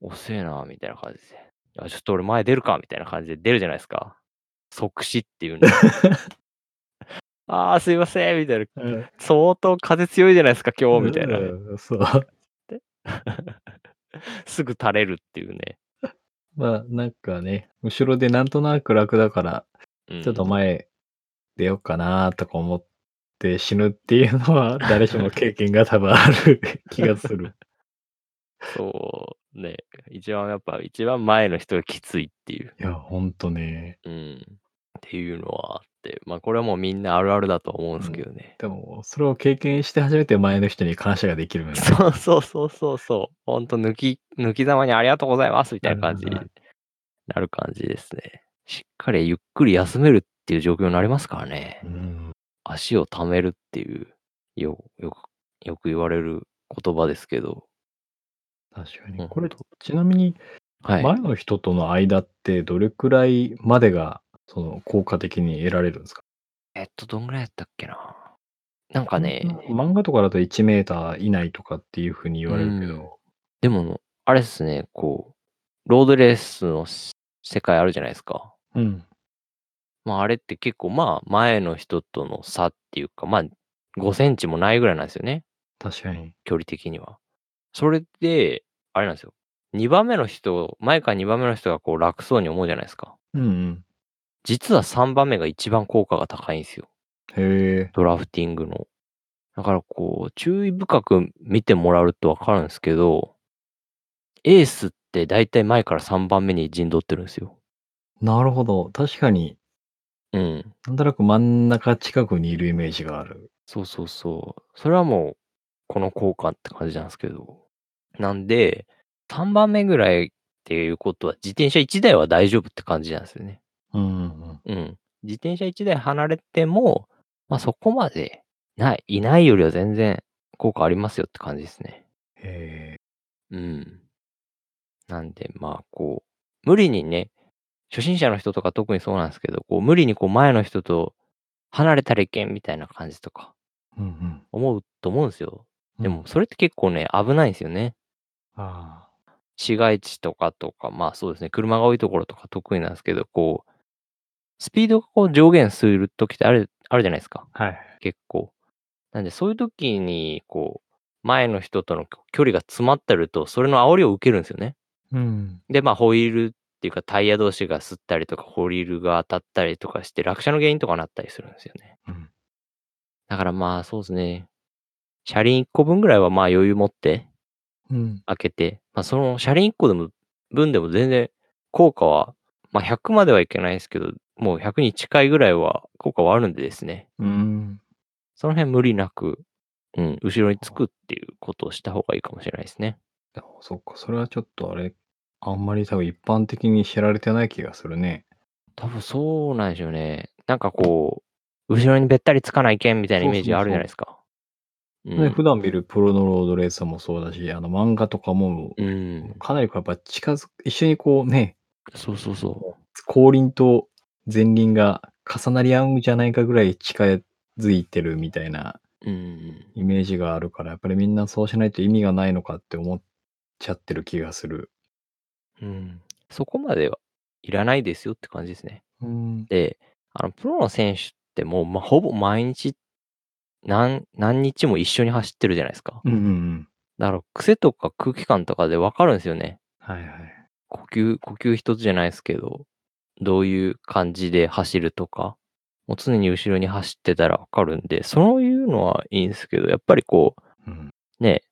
う、遅えなみたいな感じで。あ、ちょっと俺前出るかみたいな感じで出るじゃないすか。即死っていうんで。 ああ、すいませんみたいな。うん。相当風強いじゃないですか、今日みたいな。 うーん、そう。で、すぐ垂れるっていうね。まあ、なんかね、後ろでなんとなく楽だから、うちょっとん。前出よっかなとか思って死ぬっていうのは、誰しも経験が多分ある気がする。そう、ね、一番やっぱ一番前の人がきついっていう。 いや、ほんとね。うん。っていうのはあって、ま、これはもうみんなあるあるだと思うんうすけん。どね。でも、それを経験して初めて前の人に感謝ができるよね。そうそうそうそうそう。ほんと抜き抜きざまにありがとうございますみたういなん感うじんうん。なる感じですね。しっかりゆっくり休めるっていう状況になりますからうね。ん。足を溜めるっていう、よよくよく言われる言葉ですけど。確かうに。ん、こほんれ、と。ちなみに、はい。前の人との間ってどれくらいまでが、その、効果的に得られるんすか？えっと、どんぐらいやったっけな。なんほかんとなんねか漫画とかだと1メーター以内とかっていう風に言うわれるけん。ど。でも、あれっすね、こう、ロードレースのし世界あるじゃないすか。うん。ま、あれって結構、まあ、前の人との差っていうか、ま、5センチもないぐらいなんすよね。確かに。距離的には。それで、あれなんすよ。2番目の人前から2番目の人がこう楽そうに思うじゃないすか。うんうん。実は3番目が一番効果が高いんすよ。へえ。ドラフティングの。だからこう、注意深く見てもらうと分かるんすけどエースってだいたい前から3番目に陣取ってるんすよ。なるほど、確かに。うん。なんとなく真ん中近くにいるイメージがある。そうそうそう。それはもう、この効果って感じなんすけど。なんで、3番目ぐらいっていうことは、自転車1台は大丈夫って感じなんすよね。うんうんうん。うん。自転車1台離れても、ま、そこまで、ないいないよりは全然効果ありますよって感じですね。へえ。うん。なんで、まあ、こう、無理にね、初心者の人とか特にそうなんすけど、こう無理にこう前の人と離れたらいけんみたいな感じとかうんうん。思うと思うんすよ。うでん。もそれって結構ね、危ないんすよね。ああ。市街地とかとか、まあ、そうですね、車が多いところとか得意なんすけど、こう、スピードがこう上限する時ってあるあるじゃないすか、はい。結構。なんでそういう時に、こう、前の人とのこ距離が詰まってると、それの煽りを受けるんすよね。うん。で、ま、ホイールっていうかタイヤ同士が擦ったりとか、ホイールが当たったりとかして、落車の原因とかなったりするんすよね。うん。だからまあ、そうすね。車輪1個分ぐらいは、まあ、余裕持ってうん。空けて、ま、その車輪1個でも分でも全然効果は、ま、100まではいけないすけど、もう100に近いぐらいは効果はあるんでですね。うーん。その辺無理なく、うん、後ろにつあくあ。っていうことをした方がいいかもしれないすね。あ、そっか、それはちょっとあれ、あんまり多分一般的に知られてない気がするね。多分そうなんでしょうね。なんかこう、後ろにべったりつかないけんみたいなイそうメージそうあるじゃないそすか。うう。ね、普ん。段見るプロのロードレースもそうだし、あの漫画とかも、う。もうんかなりこうやっぱ近づ一緒にこうね、そうそうそう。もう後輪と前輪が重なり合うんじゃないかぐらい近づいてるみたいなうん。イメージがあるから、やっぱりみんなそうしないと意味がないのかって思っちゃってる気がする。うん。そこまではいらないですよって感じですね。うーん。で、あの、プロの選手ってもう、ま、ほぼ毎日、なん何日も一緒に走ってるじゃないすか。うんうんうん。だから癖とか空気感とかで分かるんすよね。はいはい。呼吸呼吸一つじゃないすけど、どういう感じで走るとか、もう常に後ろに走ってたら分かるんで、そういうのはいいんすけど、やっぱりこうん。う、ね、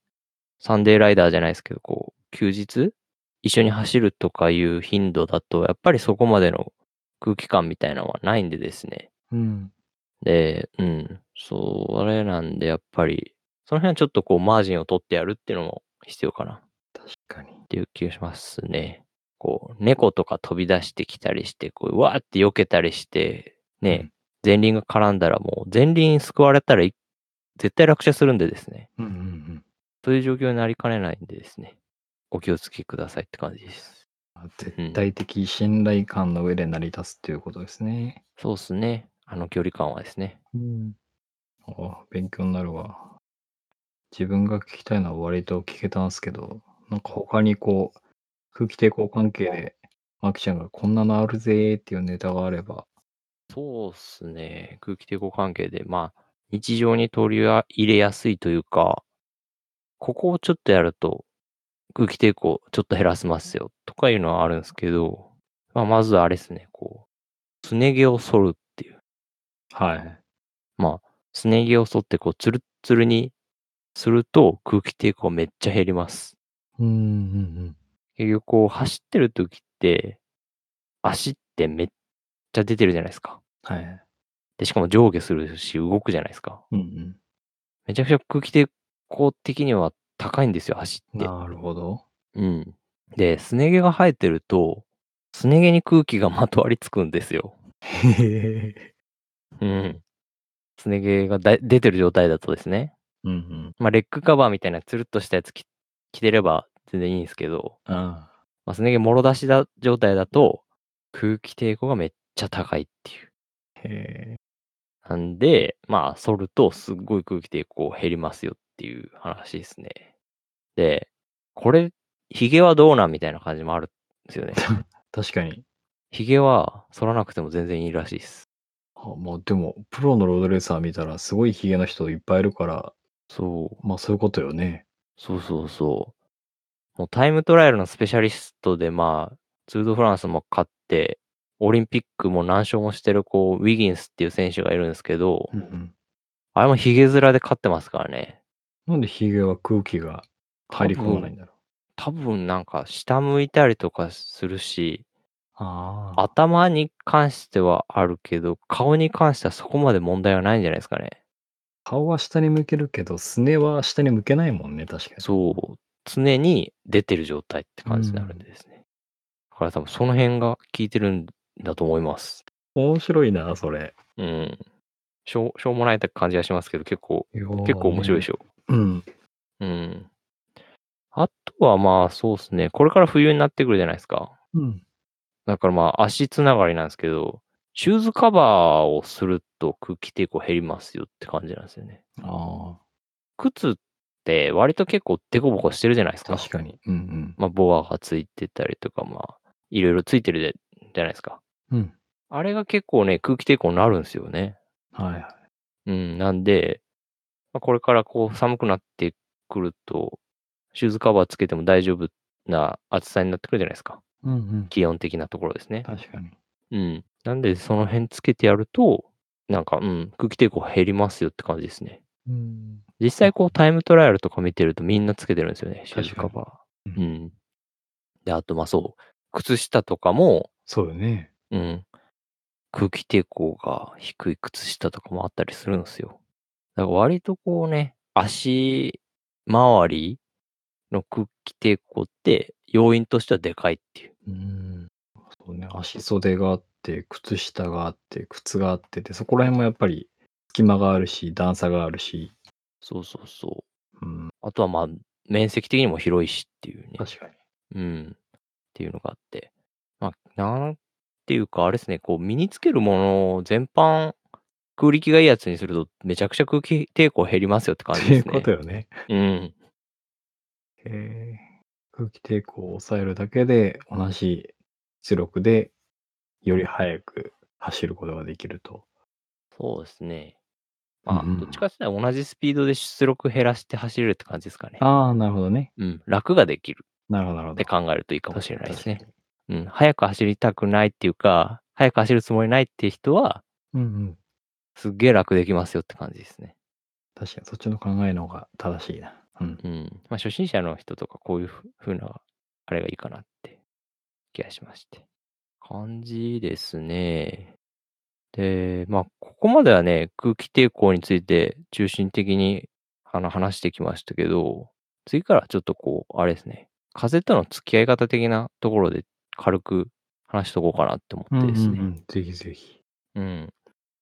サンデーライダーじゃないすけど、こう、休日、一緒に走るとかいう頻度だと、やっぱりそこまでの空気感みたいなのはないんでですね。うん。で、うん、それなんでやっぱり、その辺はちょっとこうマージンを取ってやるっていうのも必要かな。確かに。っていう気がしますね。こう、猫とか飛び出してきたりして、こう、わって避けたりして、うね、ん。前輪が絡んだらもう前輪救われたら、い絶対落車するんでですね。うんうんうん。そういう状況になりかねないんでですね。お気をつけくださいって感じです。あ絶対的信頼感の上で成り立つっていうことですね。そうですね。あの距離感はですね。うん。あ勉強になるわ。自分が聞きたいのは割と聞けたんですけど、なんか他にこう、空気抵抗関係で、マキちゃんがこんなのあるぜーっていうネタがあれば、そうですね。空気抵抗関係で、まあ、日常に取り入れやすいというか、ここをちょっとやると、空気抵抗ちょっと減らせますよ、とかいうのはあるんですけど、まあ、まずあれですね、こう、すね毛を剃るっていう。はい。まあ、すね毛を剃って、こう、ツルッツルにすると、空気抵抗めっちゃ減ります。うんうん結局、こう、走ってる時って、足ってめっちゃ出てるじゃないですか。うん。はい。で、しかも上下するし、動くじゃないですか。うんうん。めちゃくちゃ空気抵抗的には高いんですよ、足って。なるほど。うん。で、すね毛が生えてると、すね毛に空気がまとわりつくんですよ。へへへ。うん。すね毛がだ出てる状態だとですね。 うんうん。まあ、レッグカバーみたいなつるっとしたやつ着着てれば全然いいんですけど、ああ。まあ、すね毛もろ出しだ状態だと、空気抵抗がめっちゃ高いっていう。へえ。なんで、まあ、剃るとすっごい空気抵抗減りますよっていう話ですね。で、これ、ヒゲはどうなんみたいな感じもあるんですよ ね。確かに。ヒゲは剃らなくても全然いいらしいです。あまあでも、プロのロードレーサー見たら、すごいヒゲの人いっぱいいるから、そう、まあそういうことよね。そうそうそう。もうタイムトライアルのスペシャリストで、まあ、ツールドフランスも勝って、オリンピックも何勝もしてる、こう、ウィギンスっていう選手がいるんですけど、うんうん、あれもヒゲ面で勝ってますからね。なんでヒゲは空気が入り込まないんだろう。多分なんか下向いたりとかするし、ああ。頭に関してはあるけど、顔に関してはそこまで問題はないんじゃないですかね。顔は下に向けるけど、すねは下に向けないもんね、確かに。そう。常に出てる状態って感じになるんですね。だから多分その辺が効いてるんだと思います。面白いな、それ。うん。しょうしょうもないって感じがしますけど、結構、結結構面白いょ。でしょ。うん。うん。あとはまあそうですね。これから冬になってくるじゃないですか。うん。だからまあ足つながりなんですけど、シューズカバーをすると空気抵抗減りますよって感じなんですよね。あ靴って割と結構デコボコしてるじゃないですあ、か。確かに。うんまあ、ボアがついてたりとか、まあ、いろいろついてるじゃじゃないですか。うん。うん。あれが結構ね、空気抵抗になるんですよね。はいはい。うん、なんで、まあ、これからこう寒くなってくると、シューズカバーつけても大丈夫な厚さになってくるじゃないですか。うんうん。気温的なところですね。確かに。うん。なんで、その辺つけてやると、なんか、うん、空気抵抗減りますよって感じですね。うん。実際こうタイムトライアルとか見てるとみんなつけてるんですよね、シューズ確かカにバー。ううん。で、あとまあそう、靴下とかも、そうよね。うん、空気抵抗が低い靴下とかもあったりするんですよ。だから割とこうね、足周りの空気抵抗って要因としてはでかいっていう。うん。そうね。足袖があって、靴下があって、靴があってて、そこら辺もやっぱり隙間があるし、段差があるし。そうそうそう。うん。あとはまあ、面積的にも広いしっていうね。確かに。うん。っていうのがあって。まあ、なんていうか、あれですね、こう、身につけるものを全般、空力がいいやつにすると、めちゃくちゃ空気抵抗減りますよって感っじていでうすね。ことよね。うん。へえ空気抵抗を抑えるだけで同じ出力でより速く走ることができると。そうですね。うまあ、んうんどっちかっていうと同じスピードで出力減らして走れるって感じですかね。ああ、なるほどね。うん。楽ができるなるほど、なるほっどて。考えるといいかもしれないですね確。かうん。早く走りたくないっていうか、早く走るつもりないっていう人は、に。うんうん。すっげえ楽できますよって感じですね。確かに、そっちの考えの方が正しいな。うん。うん。まあ、初心者の人とか、こういうふふうな、あれがいいかなって気がしまして。感じですね。で、まあ、ここまではね、空気抵抗について中心的にあの話してきましたけど、次からちょっとこう、あれですね、風との付き合い方的なところで軽く話しとこうかなって思ってですね。うんうんうんぜひぜひ。うん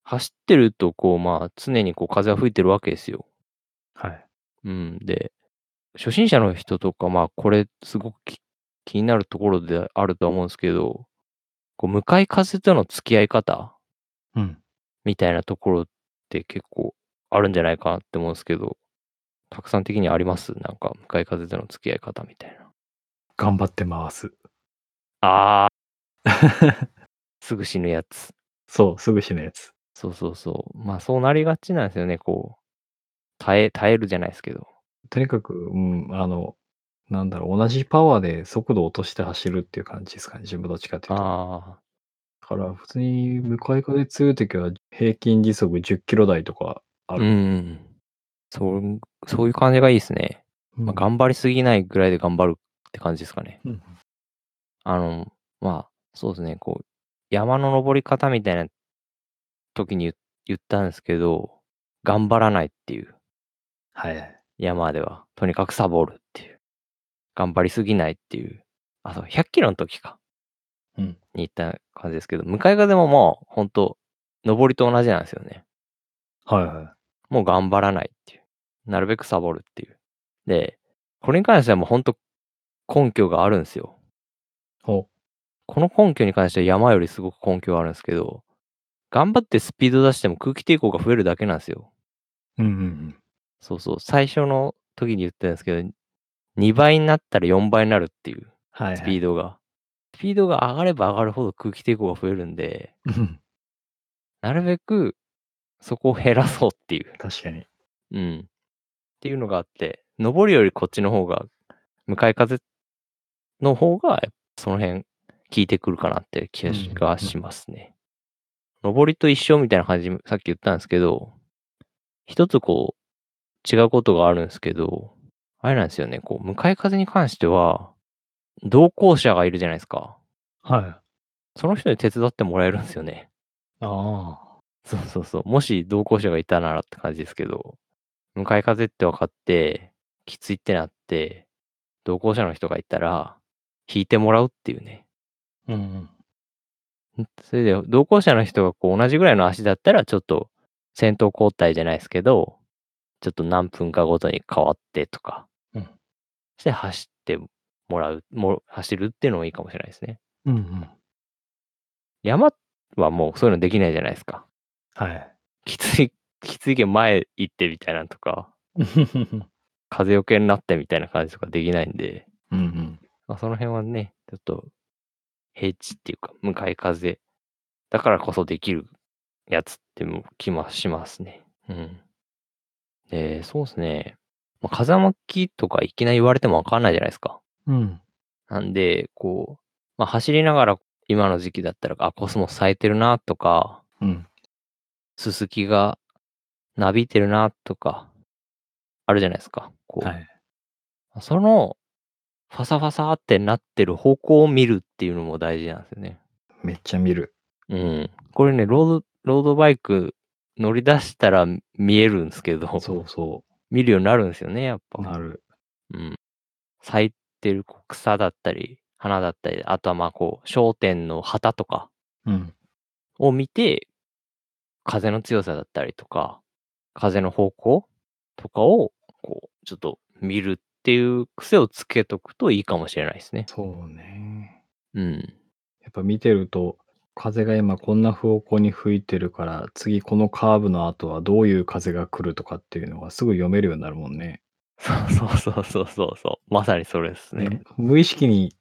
走ってると、こう、まあ、常にこう風は吹いてるわけですよ。はい。うん。で、初心者の人とか、まあ、これすごくき気になるところであるとは思うんですけど、こう向かい風との付き合い方うん。みたいなところって結構あるんじゃないかなって思うんすけど、たくさん的にあります？なんか向かい風との付き合い方みたいな。頑張って回す。ああ。 すぐ死ぬやつ。そう、すぐ死ぬやつ。そうそうそう。まあ、そうなりがちなんですよね、こう、耐え耐えるじゃないすけど。とにかく、うん、あの、なんだろう、同じパワーで速度を落として走るっていう感じすかね、自分どっちかっていうと。ああ。だから普通に向かい風強い時は、平均時速10キロ台とかあうんる。うんうん。そんそういう感じがいいすね。うま、ん。頑張りすぎないぐらいで頑張るって感じすかね。うん。あの、まあ、そうですね、こう、山の登り方みたいな時にゆ言ったんすけど、頑張らないっていう。はいはい。山では、とにかくサボるっていう。頑張りすぎないっていう。あ、そう、100キロの時か。うん。に言った感じですけど、向かい風ももうほんと、登りと同じなんすよね。はいはい。もう頑張らないっていう。なるべくサボるっていう。で、これに関してはもうほんと、根拠があるんすよ。ほう。この根拠に関しては山よりすごく根拠があるんすけど、頑張ってスピード出しても空気抵抗が増えるだけなんすよ。うんうんうん。そうそう、最初の時に言ったんすけど、2倍になったら4倍になるっていう、はいスはピーい。ドが。スピードが上がれば上がるほど空気抵抗が増えるんでうん。なるべく、そこを減らそうっていう。確かに。うん。っていうのがあって、登りよりこっちの方が、向かい風の方が、え、その辺効いてくるかなって気うがんしがうんうん。しますね。登りと一緒みたいな感じにさっき言ったんすけど、一つこう、違うことがあるんすけど、あれなんすよね、こう、向かい風に関しては、同行者がいるじゃないすか。はい。その人に手伝ってもらえるんすよね。ああ。そうそうそう、もし同行者がいたならって感じですけど、向かい風って分かって、きついってなって、同行者の人がいたら、引いてもらうっていうね。うんうん。ん、それで同行者の人がこう同じぐらいの足だったら、ちょっと先頭交代じゃないすけど、ちょっと何分かごとに変わってとかうん。して走ってもらう、も走るっていうのもいいかもしれないすね。うんうん。山はもうそういうのできないじゃないすか。はい。きついきついけん前行ってみたいなんとか。風よけになってみたいな感じとかできないんで。うんうん。ま、その辺はね、ちょっと、平地っていうか、向かい風だからこそできるやつっても気はしますね。うん。で、そうすね、ま、風向きとかいきなり言われても分かんないじゃないすか。うん。なんで、こう、ま、走りながら今の時期だったら、あ、コスモス咲いてるなとかうん。ススキがなびいてるなとか、あるじゃないすか、はこい。う。その、ファサファサってなってる方向を見るっていうのも大事なんすよね。めっちゃ見る。うん。これね、ロードロードバイク乗り出したら見えるんすけど、そうそう。見るようになるんすよね、やっぱ。なる。うん。咲いてるこう草だったり、花だったり、あとは、ま、こう商店の旗とかうん。を見て、風の強さだったりとか、風の方向とかを、こう、ちょっと見るっていう癖をつけとくといいかもしれないすね。そうね。うん。やっぱ見てると、風が今こんな方向に吹いてるから、次このカーブの後はどういう風が来るとかっていうのがすぐ読めるようになるもんね。そうそうそうそうそうそう。まさにそれっすね。ね、無意識に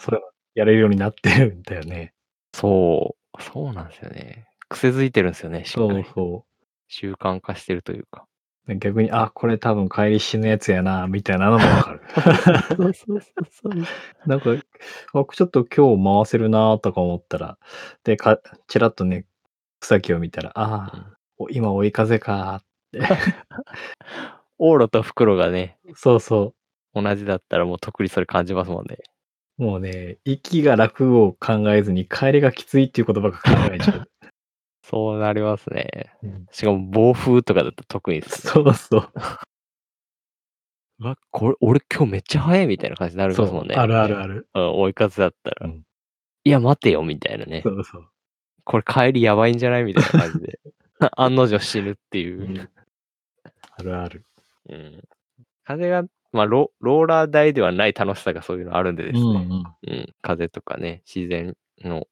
それはやれるようになってるんだよね。そう、そうなんすよね。癖づいてるんすよね、しっかそうり。そう。習慣化してるというか。で、逆に、あ、これ多分帰り死ぬやつやなみたいなのも分 かる。そうそうそうそう。 なんか、あ、ちょっと今日回せるなとか思ったら、で、かちらっとね、草木を見たら、うああ、ん。お今追い風かって。往路と復路がねそうそう。同じだったらもうとっくにそれ感じますもんね。もうね、行きが楽を考えずに帰りがきついっていうことばっか考えちゃ う。そうなりますね。うん。しかも暴風とかだと特にっすね。そうそう。うわ、これ俺今日めっちゃ速いみたいな感じになりますそもう、んね。あるあるある。うん、追い風だったうら。ん。いや、待てよみたいなね。そうそう。これ帰りやばいんじゃない？みたいな感じ で、案の定死ぬっていうう。ん。あるある。うん。風がまあロ、ローラー台ではない楽しさがそういうのあるんででうすんうね。ん。うん、風とかね、自然の、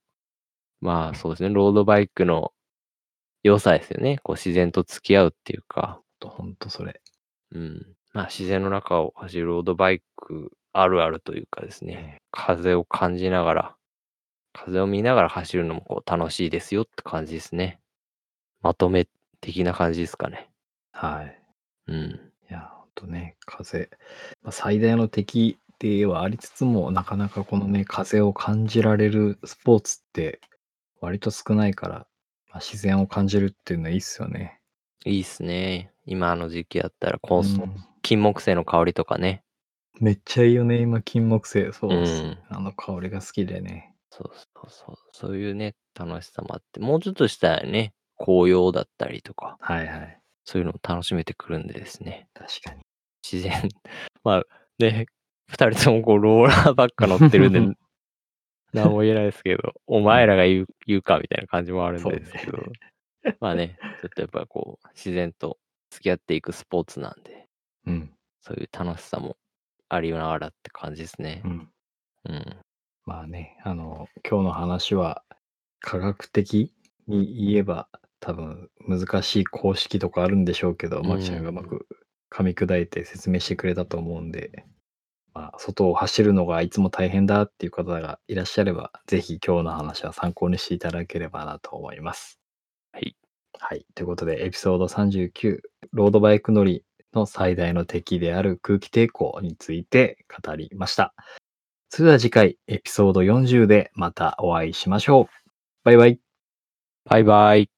まあそうですね、ロードバイクの良さですよね。こう自然と付き合うっていうか、ほんとそれ。うん。まあ自然の中を走るロードバイクあるあるというかですね、風を感じながら、風を見ながら走るのもこう楽しいですよって感じですね。まとめ的な感じですかね。はい。うん。いや、ほんとね、風、まあ、最大の敵ではありつつも、なかなかこのね、風を感じられるスポーツって割と少ないから、まあ、自然を感じるっていうのはいいっすよね。いいっすね。今の時期やったら、こううそん。金木犀の香りとかね。めっちゃいいよね、今、金木犀。そううっす。ん。あの香りが好きでね。そうそうそう。そういうね、楽しさもあって、もうちょっとしたらね、紅葉だったりとか、はいはい。そういうのも楽しめてくるんでですね。確かに。自然、 まあ、ね、二人ともこう、ローラーばっか乗っ てるんで、何も言えないですけど、お前らが言う言うかみたいな感じもあるんそうですけね。ど、まあね、ちょっとやっぱこう、自然と付き合っていくスポーツなんで、うん。そういう楽しさもありながらって感じですね。うん。うん。まあね、あの、今日の話は科学的に言えば多分難しい公式とかあるんでしょうけど、う。まきちゃんがうんまく噛み砕いて説明してくれたと思うんで、まあ、外を走るのがいつも大変だっていう方がいらっしゃれば、ぜひ今日の話は参考にしていただければなと思います。はい。はい。ということで、エピソード39、ロードバイク乗りの最大の敵である空気抵抗について語りました。それでは次回エピソード40でまたお会いしましょう。バイバイ。バイバイ。